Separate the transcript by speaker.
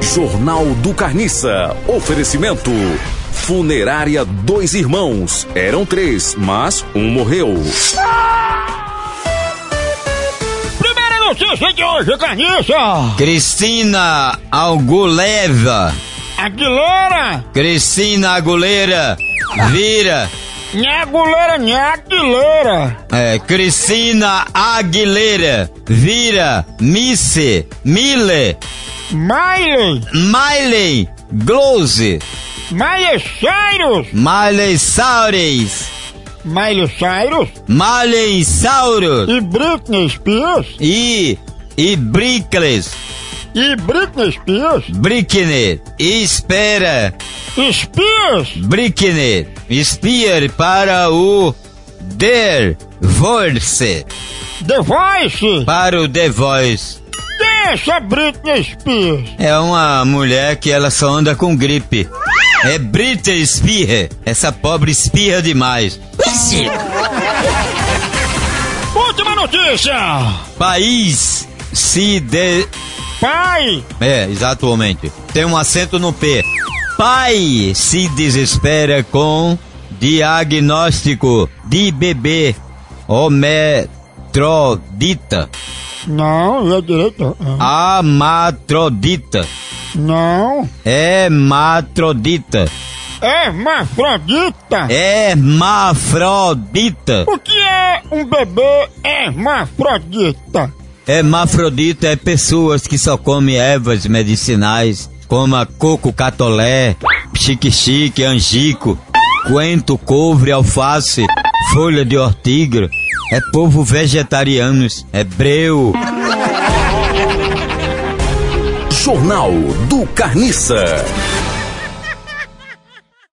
Speaker 1: Jornal do Carniça. Oferecimento. Funerária Dois Irmãos. Eram três, mas um morreu.
Speaker 2: Primeira notícia de hoje, Carniça!
Speaker 3: Cristina Alguleva,
Speaker 2: Aguilera!
Speaker 3: Cristina Aguleira, vira,
Speaker 2: Não é Aguilera, não é Aguilera!
Speaker 3: é, Cristina Aguilera, vira, Missy, Miller,
Speaker 2: Miley!
Speaker 3: Miley, Glose,
Speaker 2: Miley Cyrus!
Speaker 3: Miley Saures,
Speaker 2: Miley Cyrus
Speaker 3: Miley Sauro
Speaker 2: e Britney Spears
Speaker 3: e, e Brickles,
Speaker 2: e Britney Spears
Speaker 3: Brickney, espera,
Speaker 2: Spears
Speaker 3: Brickney, Spear para o Der Voice.
Speaker 2: The Voice
Speaker 3: Para o The Voice.
Speaker 2: deixa Britney Spears
Speaker 3: É uma mulher que ela só anda com gripe. É Britney Spears. Essa pobre espirra demais.
Speaker 2: última notícia
Speaker 3: País se de...
Speaker 2: pai
Speaker 3: É, exatamente. Tem um acento no P. Pai se desespera com diagnóstico de bebê hometrodita.
Speaker 2: não é direito Ah,
Speaker 3: Amatrodita.
Speaker 2: não
Speaker 3: Hematrodita.
Speaker 2: é hermafrodita
Speaker 3: É. Hermafrodita.
Speaker 2: o que é um bebê hermafrodita
Speaker 3: Hermafrodita é pessoas que só comem ervas medicinais, como a coco catolé, chique-chique, angico, coento, couve, alface, folha de ortigra. É povo vegetarianos, hebreu.
Speaker 1: Jornal do Carniça.